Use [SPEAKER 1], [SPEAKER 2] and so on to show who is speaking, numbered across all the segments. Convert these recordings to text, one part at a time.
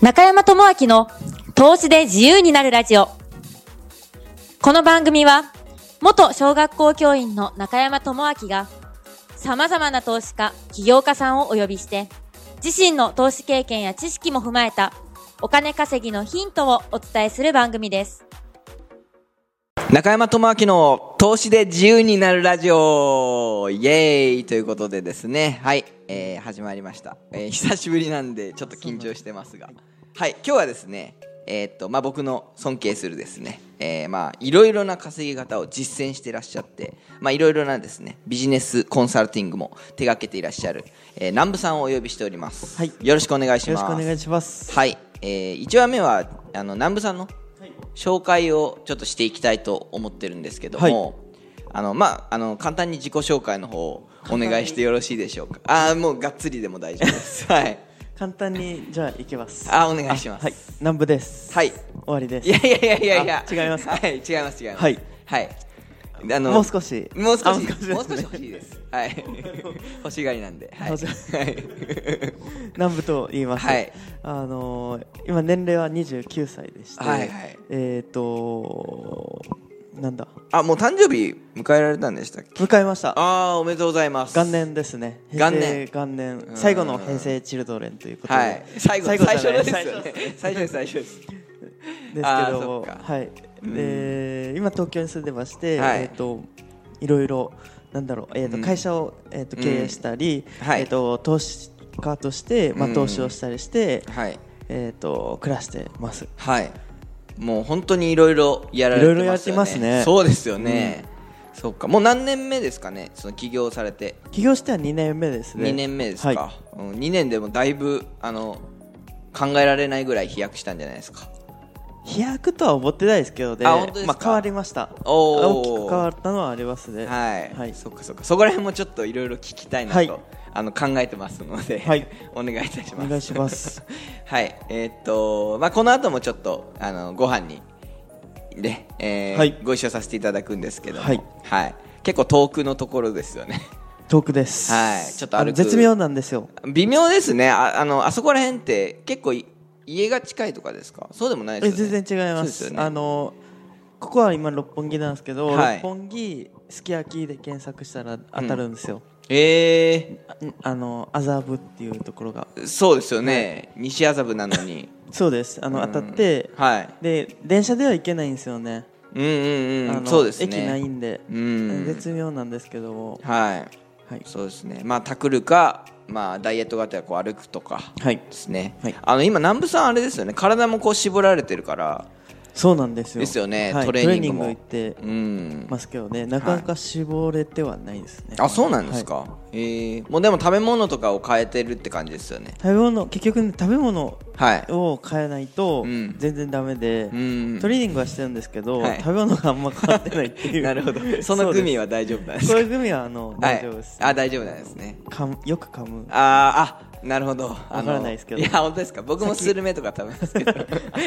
[SPEAKER 1] 中山智明の投資で自由になるラジオ。この番組は、元小学校教員の中山智明が、様々な投資家、起業家さんをお呼びして、自身の投資経験や知識も踏まえた、お金稼ぎのヒントをお伝えする番組です。
[SPEAKER 2] 中山智明の投資で自由になるラジオイエーイということでですねはい、えー始まりました、えー 久しぶりなんでちょっと緊張してますがはい今日はですねえーっとまあ僕の尊敬するですねえーまあいろいろな稼ぎ方を実践していらっしゃってまあいろいろなですねビジネスコンサルティングも手掛けていらっしゃる、えー南部さんをお呼びしております、
[SPEAKER 3] はい
[SPEAKER 2] よろしくお願いし
[SPEAKER 3] よ
[SPEAKER 2] ま
[SPEAKER 3] ろ
[SPEAKER 2] す
[SPEAKER 3] しくお願いします。
[SPEAKER 2] はい、えー、1話目はあの南部さんの紹介をちょっとしていきたいと思ってるんですけども、あのまああの簡単に自己紹介の方をお願いしてよろしいでしょうかああもうがっつりでも大丈夫です はい
[SPEAKER 3] 簡単にじゃあ行きます。
[SPEAKER 2] あお願いします
[SPEAKER 3] はい、南部です。
[SPEAKER 2] はい
[SPEAKER 3] 終わりです。
[SPEAKER 2] いやいやいやいやいや
[SPEAKER 3] あ違いますか
[SPEAKER 2] はい違います違います
[SPEAKER 3] はい
[SPEAKER 2] はいあの
[SPEAKER 3] もう少し
[SPEAKER 2] もう少
[SPEAKER 3] あ
[SPEAKER 2] し
[SPEAKER 3] もう少しですね
[SPEAKER 2] もう少し欲しいですはい 欲しがりなんではい
[SPEAKER 3] 欲しが
[SPEAKER 2] はい
[SPEAKER 3] 南部と言います。
[SPEAKER 2] はい
[SPEAKER 3] あのー今年齢は29歳でして、
[SPEAKER 2] はいはい
[SPEAKER 3] えっ、となんだ
[SPEAKER 2] あもう誕生日迎えられたんでしたっけ
[SPEAKER 3] 迎えました。
[SPEAKER 2] ああおめでとうございます
[SPEAKER 3] 元年ですね。
[SPEAKER 2] 元年
[SPEAKER 3] 平成元年
[SPEAKER 2] ん
[SPEAKER 3] 最後の平成チルドレンということで、
[SPEAKER 2] はい、最後
[SPEAKER 3] 最後
[SPEAKER 2] 最
[SPEAKER 3] じゃ
[SPEAKER 2] 初
[SPEAKER 3] ない
[SPEAKER 2] ですよね。最初です最初 です。
[SPEAKER 3] ですけ
[SPEAKER 2] あーそ
[SPEAKER 3] ど
[SPEAKER 2] っか
[SPEAKER 3] はい、で今東京に住んでまして、
[SPEAKER 2] はい
[SPEAKER 3] い、えっ、といろいろなんだろうえっ、と、
[SPEAKER 2] うん
[SPEAKER 3] 会社をえっ、と経営したり、
[SPEAKER 2] うんはい
[SPEAKER 3] えっ、と投資家としてまあ
[SPEAKER 2] うん
[SPEAKER 3] 投資をしたりして、
[SPEAKER 2] はい
[SPEAKER 3] えっ、と暮らしてます。
[SPEAKER 2] はい。もう本当にいろいろやられてますよね。
[SPEAKER 3] いろいろやってますね
[SPEAKER 2] そうですよね。そうか。もう何年目ですかね。その起業されて
[SPEAKER 3] 起業しては2年目ですね。
[SPEAKER 2] 2年目ですか。
[SPEAKER 3] はい
[SPEAKER 2] うん、2年でもだいぶあの考えられないぐらい飛躍したんじゃないですか。
[SPEAKER 3] 飛躍とは思ってないですけどね。
[SPEAKER 2] あ本当ですか
[SPEAKER 3] まあ変わりました。
[SPEAKER 2] おー
[SPEAKER 3] 大きく変わったのはありますね。
[SPEAKER 2] はい。
[SPEAKER 3] はい
[SPEAKER 2] そっかそっか。そこら辺もちょっといろいろ聞きたいなと、
[SPEAKER 3] はい
[SPEAKER 2] あの考えてますので、
[SPEAKER 3] はい
[SPEAKER 2] お願いいたします。
[SPEAKER 3] お願いします。
[SPEAKER 2] はい、えーっと、まあ、この後もちょっと、あの、ご飯に。ね、えー
[SPEAKER 3] はい
[SPEAKER 2] ご一緒させていただくんですけども、は
[SPEAKER 3] はいい、
[SPEAKER 2] 結構遠くのところですよね。
[SPEAKER 3] 遠くです。
[SPEAKER 2] はいちょっと歩く
[SPEAKER 3] あの絶妙なんですよ。
[SPEAKER 2] 微妙ですね、あ、あの、あそこら辺って、結構い家が近いとかですか。そうでもないで
[SPEAKER 3] え
[SPEAKER 2] すよね。
[SPEAKER 3] 全然違いま
[SPEAKER 2] そう
[SPEAKER 3] す
[SPEAKER 2] ですよね
[SPEAKER 3] あのここは今六本木なんですけど、
[SPEAKER 2] はい
[SPEAKER 3] 六本木すき焼きで検索したら当たるんですよ、
[SPEAKER 2] え
[SPEAKER 3] ああの麻布っていうところが
[SPEAKER 2] ーそうですよね、西麻布なのに。
[SPEAKER 3] そうです あの
[SPEAKER 2] うん
[SPEAKER 3] 当たって、
[SPEAKER 2] はい。
[SPEAKER 3] で電車では行けないんですよね、
[SPEAKER 2] うんうん
[SPEAKER 3] あ
[SPEAKER 2] うん、
[SPEAKER 3] の
[SPEAKER 2] そうですね。
[SPEAKER 3] 駅ないんで、
[SPEAKER 2] うん
[SPEAKER 3] 絶妙なんですけども
[SPEAKER 2] はい。
[SPEAKER 3] はい
[SPEAKER 2] そうですね。まあ、タクるか、まあ、ダイエットがてらこう歩くとか。
[SPEAKER 3] はい
[SPEAKER 2] ですね、
[SPEAKER 3] はい
[SPEAKER 2] あの今南部さんあれですよね体もこう絞られてるから
[SPEAKER 3] そうなんですよ
[SPEAKER 2] ですよね
[SPEAKER 3] はい
[SPEAKER 2] トレーニングも
[SPEAKER 3] トレーニング行って
[SPEAKER 2] うん
[SPEAKER 3] ますけどねなかなか絞れてはないですね、
[SPEAKER 2] あそうなんですか、
[SPEAKER 3] はい
[SPEAKER 2] えーもうでも食べ物とかを変えてるって感じですよね
[SPEAKER 3] 食べ物結局ね食べ物
[SPEAKER 2] はい
[SPEAKER 3] を変えないと
[SPEAKER 2] うん
[SPEAKER 3] 全然ダメで、
[SPEAKER 2] うん
[SPEAKER 3] トレーニングはしてるんですけど、
[SPEAKER 2] はい
[SPEAKER 3] 食べ物があんま変わってないっていう
[SPEAKER 2] なるほどそのグミ
[SPEAKER 3] は
[SPEAKER 2] は大丈夫なんです
[SPEAKER 3] そ
[SPEAKER 2] か
[SPEAKER 3] ういうグミはあの大丈夫です、
[SPEAKER 2] はい、あ大丈夫なんですね
[SPEAKER 3] 噛むよく噛む
[SPEAKER 2] あーあなるほどわ
[SPEAKER 3] からないですけど
[SPEAKER 2] いや本当ですか僕もスルメとか食べますけど
[SPEAKER 3] あ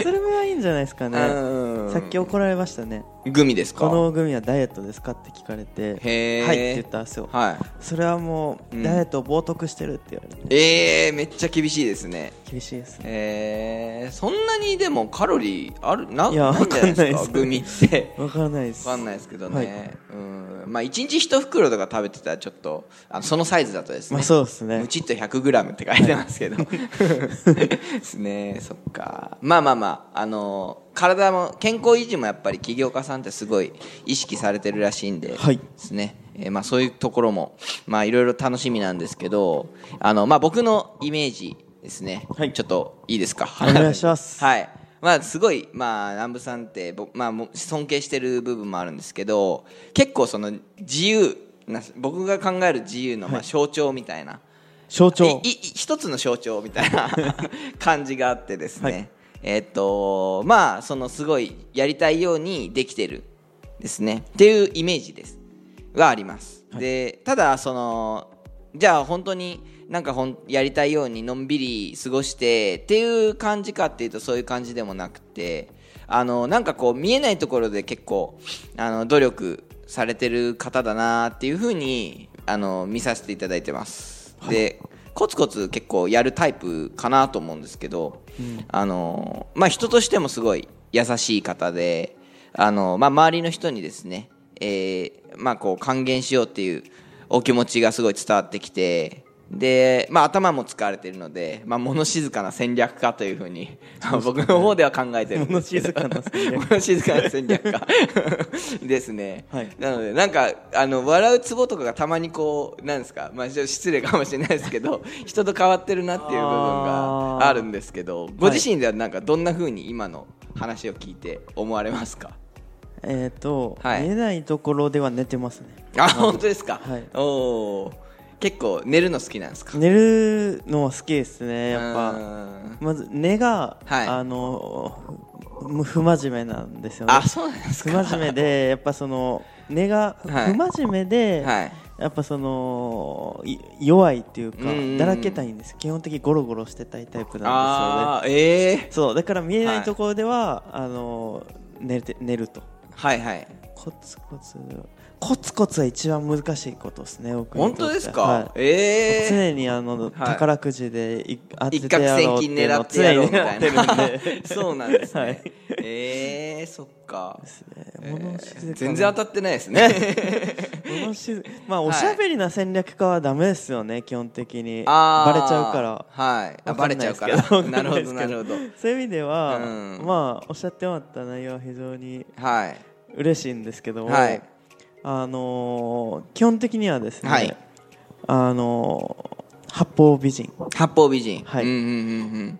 [SPEAKER 3] それはいいんじゃないですかね
[SPEAKER 2] うん
[SPEAKER 3] さっき怒られましたね
[SPEAKER 2] グミですか
[SPEAKER 3] このグミはダイエットですかって聞かれて
[SPEAKER 2] へー
[SPEAKER 3] はいって言ったんですよ、
[SPEAKER 2] はい
[SPEAKER 3] それはも
[SPEAKER 2] う
[SPEAKER 3] う、
[SPEAKER 2] ん
[SPEAKER 3] ダイエットを冒涜してるって言われて
[SPEAKER 2] ええー、めっちゃ厳しいですね
[SPEAKER 3] 厳しいですね
[SPEAKER 2] えー、そんなにでもカロリーあるない
[SPEAKER 3] や
[SPEAKER 2] ないんじゃないですか
[SPEAKER 3] わかん
[SPEAKER 2] グ
[SPEAKER 3] な
[SPEAKER 2] ミ
[SPEAKER 3] い
[SPEAKER 2] っ
[SPEAKER 3] で
[SPEAKER 2] て
[SPEAKER 3] わからないです
[SPEAKER 2] わかんないですけどね、
[SPEAKER 3] はい
[SPEAKER 2] うんまあ1日1袋とか食べてたらちょっとあのそのサイズだとですね、
[SPEAKER 3] まあそうですね
[SPEAKER 2] むちっと 100g って書いてますけど、ですねそっかまあまあまああの体も健康維持もやっぱり起業家さんってすごい意識されてるらしいんで、
[SPEAKER 3] はい
[SPEAKER 2] ですね、えーまあ、そういうところもまあいろいろ楽しみなんですけどあの、まあ、僕のイメージですね、
[SPEAKER 3] はい
[SPEAKER 2] ちょっといいですか
[SPEAKER 3] お願いしま す
[SPEAKER 2] はいまあ、すごい、まあ、南部さんって僕、まあ、もう尊敬してる部分もあるんですけど結構その自由な僕が考える自由のまあ象徴みたいな、
[SPEAKER 3] 象徴
[SPEAKER 2] いい一つの象徴みたいな感じがあってですね、
[SPEAKER 3] はい
[SPEAKER 2] えーっとまあそのすごいやりたいようにできてるですねっていうイメージですがあります、
[SPEAKER 3] はい
[SPEAKER 2] でただそのじゃあ本当になんかほんやりたいようにのんびり過ごしてっていう感じかっていうとそういう感じでもなくてあのなんかこう見えないところで結構あの努力されてる方だなっていうふうにあの見させていただいてますでコツコツ結構やるタイプかなと思うんですけど、あのまあ、人としてもすごい優しい方であの、まあ、周りの人にですね、えーまあ、こう還元しようっていうお気持ちがすごい伝わってきてで、まあ、頭も使われているので、まあ、物静かな戦略家というふうに僕の方では考えてるん
[SPEAKER 3] 物
[SPEAKER 2] ですけど
[SPEAKER 3] 静かな戦略
[SPEAKER 2] 物静かな戦略家 ですね、
[SPEAKER 3] はい
[SPEAKER 2] なのでなんかあの笑うツボとかがたまにこうなんですか、まあ、ちょっと失礼かもしれないですけ ど人と変わってるなっていう部分
[SPEAKER 3] あ
[SPEAKER 2] が
[SPEAKER 3] ー
[SPEAKER 2] あるんですけどご自身ではなんかどんな風に今の話を聞いて思われますか、
[SPEAKER 3] えっ、と、
[SPEAKER 2] はい
[SPEAKER 3] 寝ないところでは寝てますね
[SPEAKER 2] あ本当ですか、
[SPEAKER 3] はい
[SPEAKER 2] おお結構寝るの好きなんですか
[SPEAKER 3] 寝るのは好きですねやっ
[SPEAKER 2] う
[SPEAKER 3] ぱ
[SPEAKER 2] ーん
[SPEAKER 3] まず寝が、
[SPEAKER 2] はい
[SPEAKER 3] あのむ不真面目なんですよね
[SPEAKER 2] あそうなんです
[SPEAKER 3] 不
[SPEAKER 2] か
[SPEAKER 3] 真面目でやっぱその根が不
[SPEAKER 2] はい
[SPEAKER 3] 真面目で、
[SPEAKER 2] はい
[SPEAKER 3] やっぱそのい弱いっていうか
[SPEAKER 2] うんうんうん
[SPEAKER 3] だらけたいんです基本的にゴロゴロしてたいタイプなん
[SPEAKER 2] あーええ
[SPEAKER 3] ですよねそうだから見えな
[SPEAKER 2] はい
[SPEAKER 3] いところでは、あの寝て寝ると
[SPEAKER 2] はいはい
[SPEAKER 3] コツコツコツコツは一番難しいことですね僕にと
[SPEAKER 2] 本
[SPEAKER 3] って
[SPEAKER 2] 当ですか、
[SPEAKER 3] はい
[SPEAKER 2] ええ
[SPEAKER 3] 常にあの
[SPEAKER 2] はい
[SPEAKER 3] 宝くじでい当
[SPEAKER 2] 一
[SPEAKER 3] てて
[SPEAKER 2] 攫
[SPEAKER 3] やろ
[SPEAKER 2] 千
[SPEAKER 3] う
[SPEAKER 2] 金狙
[SPEAKER 3] っていうの
[SPEAKER 2] っ
[SPEAKER 3] を
[SPEAKER 2] てや
[SPEAKER 3] 常
[SPEAKER 2] ろうみ
[SPEAKER 3] に
[SPEAKER 2] た
[SPEAKER 3] や
[SPEAKER 2] いな
[SPEAKER 3] ってるん で
[SPEAKER 2] そうなんですね、
[SPEAKER 3] はい
[SPEAKER 2] えー、そっか、えー
[SPEAKER 3] 物静かな
[SPEAKER 2] 全然当たってないですね
[SPEAKER 3] 物静まあ
[SPEAKER 2] はい
[SPEAKER 3] おしゃべりな戦略家はダメですよね基本的に
[SPEAKER 2] あ
[SPEAKER 3] バ
[SPEAKER 2] ー
[SPEAKER 3] レちゃうから
[SPEAKER 2] はいあ
[SPEAKER 3] わ
[SPEAKER 2] バ
[SPEAKER 3] かんな
[SPEAKER 2] レ
[SPEAKER 3] い
[SPEAKER 2] ちゃ
[SPEAKER 3] で
[SPEAKER 2] う
[SPEAKER 3] す
[SPEAKER 2] か
[SPEAKER 3] けど
[SPEAKER 2] ら
[SPEAKER 3] わかん
[SPEAKER 2] なる
[SPEAKER 3] な
[SPEAKER 2] ほ
[SPEAKER 3] いで
[SPEAKER 2] ど
[SPEAKER 3] す
[SPEAKER 2] な
[SPEAKER 3] けど
[SPEAKER 2] るほど
[SPEAKER 3] そういう意味では、
[SPEAKER 2] うん
[SPEAKER 3] まあおっしゃってもらった内容は非常に
[SPEAKER 2] はい
[SPEAKER 3] 嬉しいんですけども、
[SPEAKER 2] はい
[SPEAKER 3] あのー基本的にはですね、
[SPEAKER 2] はい
[SPEAKER 3] あのー八方美人
[SPEAKER 2] 八方美人
[SPEAKER 3] はい
[SPEAKER 2] うんうんうんうん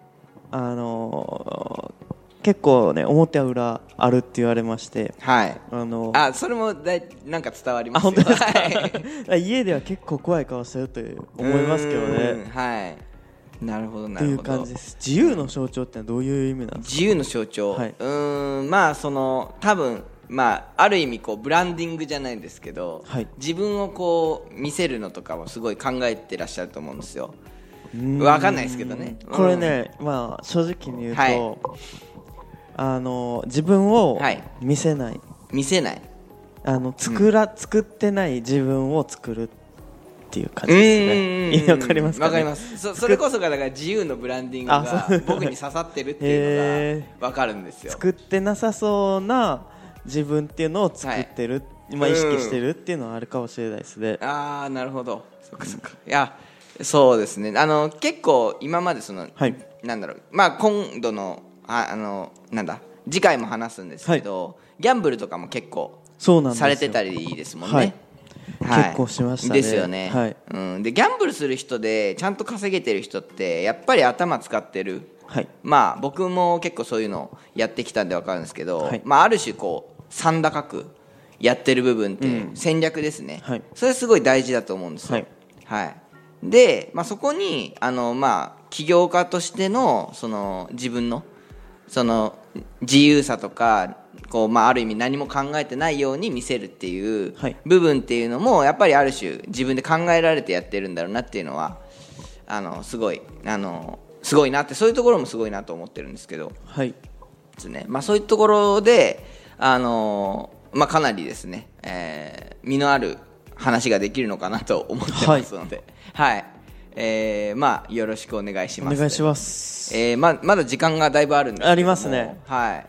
[SPEAKER 3] あのー結構ね表は裏あるって言われまして
[SPEAKER 2] はい
[SPEAKER 3] あのー
[SPEAKER 2] あそれもだいなんか伝わります
[SPEAKER 3] 本当ですか
[SPEAKER 2] はい、
[SPEAKER 3] 家では結構怖い顔してるという 思いますけど
[SPEAKER 2] うん
[SPEAKER 3] ね
[SPEAKER 2] はいなるほど
[SPEAKER 3] っ
[SPEAKER 2] な
[SPEAKER 3] てい
[SPEAKER 2] る
[SPEAKER 3] う
[SPEAKER 2] ほ
[SPEAKER 3] 感
[SPEAKER 2] ど
[SPEAKER 3] じです自由の象徴ってのはどういう意味なんですか
[SPEAKER 2] 自由の象徴、
[SPEAKER 3] はいう
[SPEAKER 2] ーんまあその多分まあある意味こうブランディングじゃないですけど、
[SPEAKER 3] はい
[SPEAKER 2] 自分をこう見せるのとかもすごい考えてらっしゃると思うんですよ
[SPEAKER 3] うん
[SPEAKER 2] わかんないですけどね
[SPEAKER 3] これね、まあ正直に言うと、
[SPEAKER 2] はい
[SPEAKER 3] あの自分を
[SPEAKER 2] はい
[SPEAKER 3] 見せない、
[SPEAKER 2] 見せない
[SPEAKER 3] あの作ら、作ってない自分を作るっていう感じですね。
[SPEAKER 2] うーん
[SPEAKER 3] わかりますか、ね、
[SPEAKER 2] わかりますそそれこそがだから自由のブランディングが
[SPEAKER 3] あそう
[SPEAKER 2] 僕に刺さってるっていうのがわかるんですよ
[SPEAKER 3] 作ってなさそうな自分っていうのを作ってる、まあ意識してるっていうのはあるかもしれないですね。
[SPEAKER 2] ああなるほどそっかそっかいやそうですねあの結構今までその、
[SPEAKER 3] はい
[SPEAKER 2] なんだろうまあ今度のああのなんだ次回も話すんですけど、ギャンブルとかも結構
[SPEAKER 3] そうなんですよ。
[SPEAKER 2] されてたりですもんね、
[SPEAKER 3] はい結構しましたね
[SPEAKER 2] ですよね、
[SPEAKER 3] はい
[SPEAKER 2] うん、でギャンブルする人でちゃんと稼げてる人ってやっぱり頭使ってる
[SPEAKER 3] はい。
[SPEAKER 2] まあ僕も結構そういうのやってきたんで分かるんですけど、
[SPEAKER 3] はい
[SPEAKER 2] まあ、ある種こう残高くやってる部分って戦略ですね、
[SPEAKER 3] はい
[SPEAKER 2] それすごい大事だと思うんですよ、は
[SPEAKER 3] はいい
[SPEAKER 2] で、まあ、そこにあの、まあ、起業家としてのその自分のその自由さとかこう、まあ、ある意味何も考えてないように見せるっていう
[SPEAKER 3] はい
[SPEAKER 2] 部分っていうのもやっぱりある種自分で考えられてやってるんだろうなっていうのはあのすごいあのすごいなってそういうところもすごいなと思ってるんですけど
[SPEAKER 3] はい。
[SPEAKER 2] ですね、まあ、そういうところであの、まあ、かなりですね、えー、身のある話ができるのかなと思ってますので、はいえーまあ、よろしくお願いし
[SPEAKER 3] お
[SPEAKER 2] ます。
[SPEAKER 3] 願いします。
[SPEAKER 2] えーままだ時間がだいぶあるんですけども
[SPEAKER 3] ありますね
[SPEAKER 2] はい、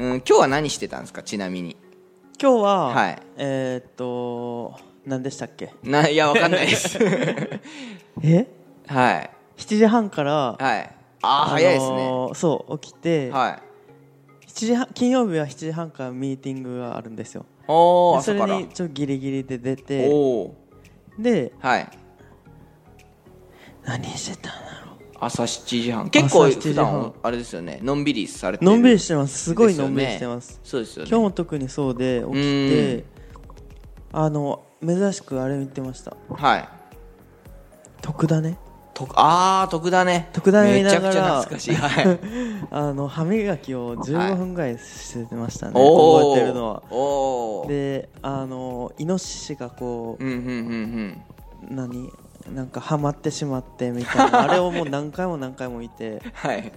[SPEAKER 2] うん、今日は何してたんですかちなみに
[SPEAKER 3] 今日は、
[SPEAKER 2] はい
[SPEAKER 3] えーっと何でしたっけ？
[SPEAKER 2] ないやわかんないです
[SPEAKER 3] え？
[SPEAKER 2] はい
[SPEAKER 3] 7時半から
[SPEAKER 2] はいああー早いです
[SPEAKER 3] あ
[SPEAKER 2] ね
[SPEAKER 3] のーそう起きて、
[SPEAKER 2] はい
[SPEAKER 3] 7時半金曜日は7時半からミーティングがあるんですよ
[SPEAKER 2] おお
[SPEAKER 3] でそ
[SPEAKER 2] 朝
[SPEAKER 3] れ
[SPEAKER 2] から
[SPEAKER 3] にちょっとギリギリで出
[SPEAKER 2] お
[SPEAKER 3] て
[SPEAKER 2] お
[SPEAKER 3] で
[SPEAKER 2] はい
[SPEAKER 3] 何してたんだろ
[SPEAKER 2] 朝7時半結構
[SPEAKER 3] 朝
[SPEAKER 2] 普
[SPEAKER 3] 7時半
[SPEAKER 2] 段あれですよねのんびりされて
[SPEAKER 3] う
[SPEAKER 2] る
[SPEAKER 3] のんびりしてますすごい
[SPEAKER 2] です
[SPEAKER 3] の
[SPEAKER 2] よ
[SPEAKER 3] ん
[SPEAKER 2] ね
[SPEAKER 3] びりしてます
[SPEAKER 2] そうですよね
[SPEAKER 3] 今日も特にそうで起き
[SPEAKER 2] う
[SPEAKER 3] てあの珍しくあれ見てました
[SPEAKER 2] はい
[SPEAKER 3] 徳 田ね
[SPEAKER 2] とああ徳田ね
[SPEAKER 3] 徳田見ながら
[SPEAKER 2] めちゃくちゃ懐 かしいはい
[SPEAKER 3] あの歯磨きを
[SPEAKER 2] はい
[SPEAKER 3] 15分ぐらいしてましたね、
[SPEAKER 2] おお
[SPEAKER 3] 覚えてるのは
[SPEAKER 2] おお
[SPEAKER 3] であのイノシシがこう
[SPEAKER 2] うんうんうん
[SPEAKER 3] 何なんかハマってしまってみたい なあれをもう何回も何回も見て
[SPEAKER 2] うんはい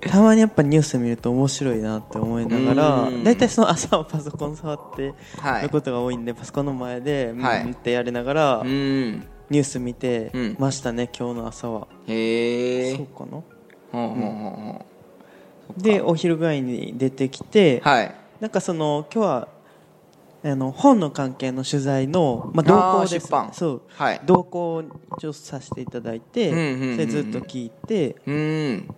[SPEAKER 3] たまにやっぱニュース見ると面白いなって思いなが
[SPEAKER 2] う
[SPEAKER 3] ら
[SPEAKER 2] ん
[SPEAKER 3] 大体その朝はパソコン触って
[SPEAKER 2] はい
[SPEAKER 3] ることが多いんでパソコンの前で
[SPEAKER 2] はい
[SPEAKER 3] うんってやりながら
[SPEAKER 2] うん
[SPEAKER 3] ニュース見て
[SPEAKER 2] うん
[SPEAKER 3] ましたね、今日の朝は、
[SPEAKER 2] へえ
[SPEAKER 3] そうかな
[SPEAKER 2] ほうほうほうほう
[SPEAKER 3] で
[SPEAKER 2] そっ
[SPEAKER 3] お昼ぐらいに出てきて、
[SPEAKER 2] かはい
[SPEAKER 3] なんかその今日はあの本の関係の取材の、まあ、
[SPEAKER 2] あ
[SPEAKER 3] 同
[SPEAKER 2] ー
[SPEAKER 3] 行です
[SPEAKER 2] 出版
[SPEAKER 3] そう
[SPEAKER 2] はい
[SPEAKER 3] 同行ちょっとさせていただいて、
[SPEAKER 2] うんうんうんうん
[SPEAKER 3] それずっと聞いて
[SPEAKER 2] うーん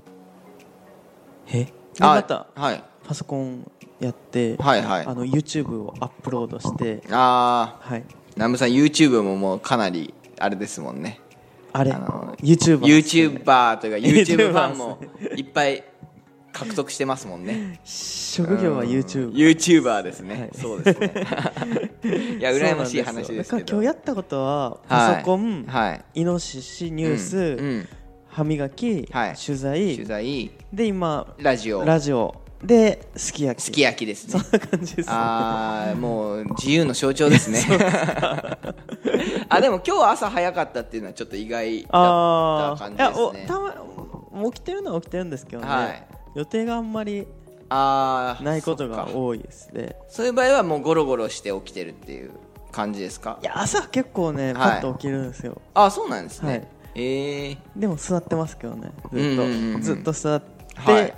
[SPEAKER 3] えで
[SPEAKER 2] あ
[SPEAKER 3] また
[SPEAKER 2] はい
[SPEAKER 3] パソコンやって、
[SPEAKER 2] はいはい
[SPEAKER 3] あの YouTube をアップロードして、
[SPEAKER 2] ああ
[SPEAKER 3] はい、
[SPEAKER 2] 南部さん YouTube ももうかなりあれですもんね
[SPEAKER 3] あれ、
[SPEAKER 2] あの
[SPEAKER 3] YouTuber ですね
[SPEAKER 2] YouTuber というか YouTube ファン
[SPEAKER 3] YouTuber
[SPEAKER 2] も
[SPEAKER 3] で
[SPEAKER 2] いっぱい獲得してますもんね
[SPEAKER 3] 職業は YouTube
[SPEAKER 2] ユーチューバーですね、
[SPEAKER 3] はい
[SPEAKER 2] そうです ねいや羨ましい話です
[SPEAKER 3] そうなん
[SPEAKER 2] け
[SPEAKER 3] よだから今
[SPEAKER 2] ど
[SPEAKER 3] 日やったことは
[SPEAKER 2] はい
[SPEAKER 3] パソコン、
[SPEAKER 2] はい
[SPEAKER 3] イノシシ
[SPEAKER 2] ニ
[SPEAKER 3] ニュース、歯磨き、
[SPEAKER 2] はい
[SPEAKER 3] 取材
[SPEAKER 2] 取材
[SPEAKER 3] で今
[SPEAKER 2] ラジオ
[SPEAKER 3] ラジオですき焼き
[SPEAKER 2] すき焼きです
[SPEAKER 3] そ
[SPEAKER 2] ね
[SPEAKER 3] んな感じです
[SPEAKER 2] ああもう自由の象徴ですね あでも今日朝早かったっていうのはちょっと意外だ
[SPEAKER 3] あ
[SPEAKER 2] った感
[SPEAKER 3] ー
[SPEAKER 2] じ
[SPEAKER 3] い
[SPEAKER 2] で
[SPEAKER 3] や
[SPEAKER 2] す
[SPEAKER 3] お
[SPEAKER 2] ね
[SPEAKER 3] たま起きてるのは起きてるんですけどね、
[SPEAKER 2] はい
[SPEAKER 3] 予定があんまり
[SPEAKER 2] ああ
[SPEAKER 3] ないことが
[SPEAKER 2] そっか
[SPEAKER 3] 多いですね
[SPEAKER 2] そういう場合はもうゴロゴロして起きてるっていう感じですか
[SPEAKER 3] いや朝結構ねパ
[SPEAKER 2] はい
[SPEAKER 3] ッと起きるんですよ、
[SPEAKER 2] あそうなんですね、
[SPEAKER 3] はい
[SPEAKER 2] ええ
[SPEAKER 3] でも座ってますけどねずっと、
[SPEAKER 2] うんうんうん
[SPEAKER 3] ずっと座って、
[SPEAKER 2] はい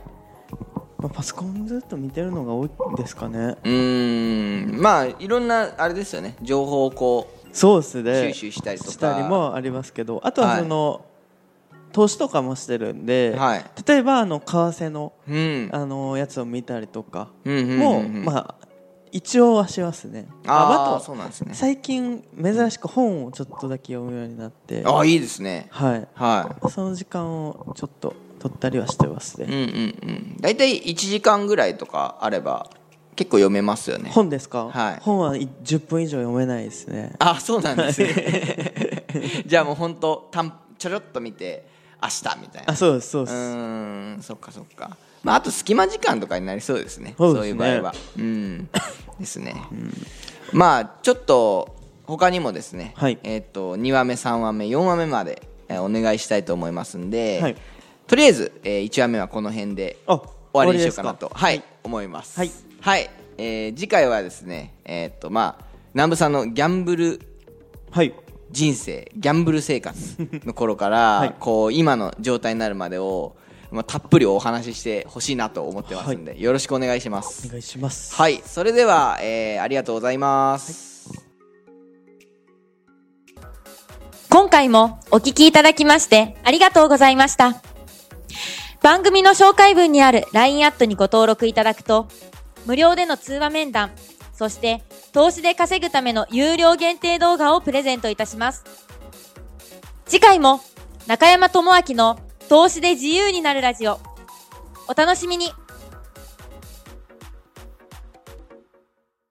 [SPEAKER 3] まあ、パソコンずっと見てるのが多いですかね
[SPEAKER 2] うーんまあいろんなあれですよね情報をこう
[SPEAKER 3] そうですね
[SPEAKER 2] 収集したりとか
[SPEAKER 3] したりもありますけどあとは
[SPEAKER 2] はい
[SPEAKER 3] その、投資とかもしてるんで、
[SPEAKER 2] はい
[SPEAKER 3] 例えばあの為替の
[SPEAKER 2] うん
[SPEAKER 3] あのやつを見たりとか
[SPEAKER 2] うんうんうんうん
[SPEAKER 3] も、まあ一応はしますね
[SPEAKER 2] あ
[SPEAKER 3] ま
[SPEAKER 2] あそうなんですね
[SPEAKER 3] 最近珍しく本をちょっとだけ読むようになって
[SPEAKER 2] ああいいですね
[SPEAKER 3] はい
[SPEAKER 2] は
[SPEAKER 3] その時間をちょっと取ったりはしてます
[SPEAKER 2] いうん
[SPEAKER 3] ね、
[SPEAKER 2] うんうん大体1時間ぐらいとかあれば結構読めますよね
[SPEAKER 3] 本ですか、
[SPEAKER 2] はい
[SPEAKER 3] 本はい10分以上読めないですね
[SPEAKER 2] あそうなんです ねじゃあもう本当たんちょろっと見て明日みたいな
[SPEAKER 3] あそうですそう
[SPEAKER 2] う
[SPEAKER 3] です、
[SPEAKER 2] ーんそっかそっかまああと隙間時間とかになりそうですね
[SPEAKER 3] そ
[SPEAKER 2] そうう
[SPEAKER 3] ですね
[SPEAKER 2] いう場合はうんですね、まあちょっと他にもですね、
[SPEAKER 3] はい
[SPEAKER 2] えっ、と2話目3話目4話目まで、えーお願いしたいと思いますんで、
[SPEAKER 3] はい
[SPEAKER 2] とりあえず、え1話目はこの辺で
[SPEAKER 3] あ
[SPEAKER 2] 終わりにしようかな
[SPEAKER 3] 終
[SPEAKER 2] と
[SPEAKER 3] わ
[SPEAKER 2] はい、思います
[SPEAKER 3] はい、
[SPEAKER 2] はいえー次回はですねえっ、とまあ南部さんのギャンブル
[SPEAKER 3] はい
[SPEAKER 2] 人生ギャンブル生活の頃から、
[SPEAKER 3] い
[SPEAKER 2] こう今の状態になるまでを、まあ、たっぷりお話ししてほしいなと思ってますんで、よろしくお願いしま
[SPEAKER 3] お
[SPEAKER 2] す
[SPEAKER 3] 願いします
[SPEAKER 2] はいそれでは、えーありがとうございます、
[SPEAKER 1] 今回もお聞きいただきましてありがとうございました。番組の紹介文にある LINE アットにご登録いただくと、無料での通話面談、そして投資で稼ぐための有料限定動画をプレゼントいたします。次回も中山智明の投資で自由になるラジオ、お楽しみに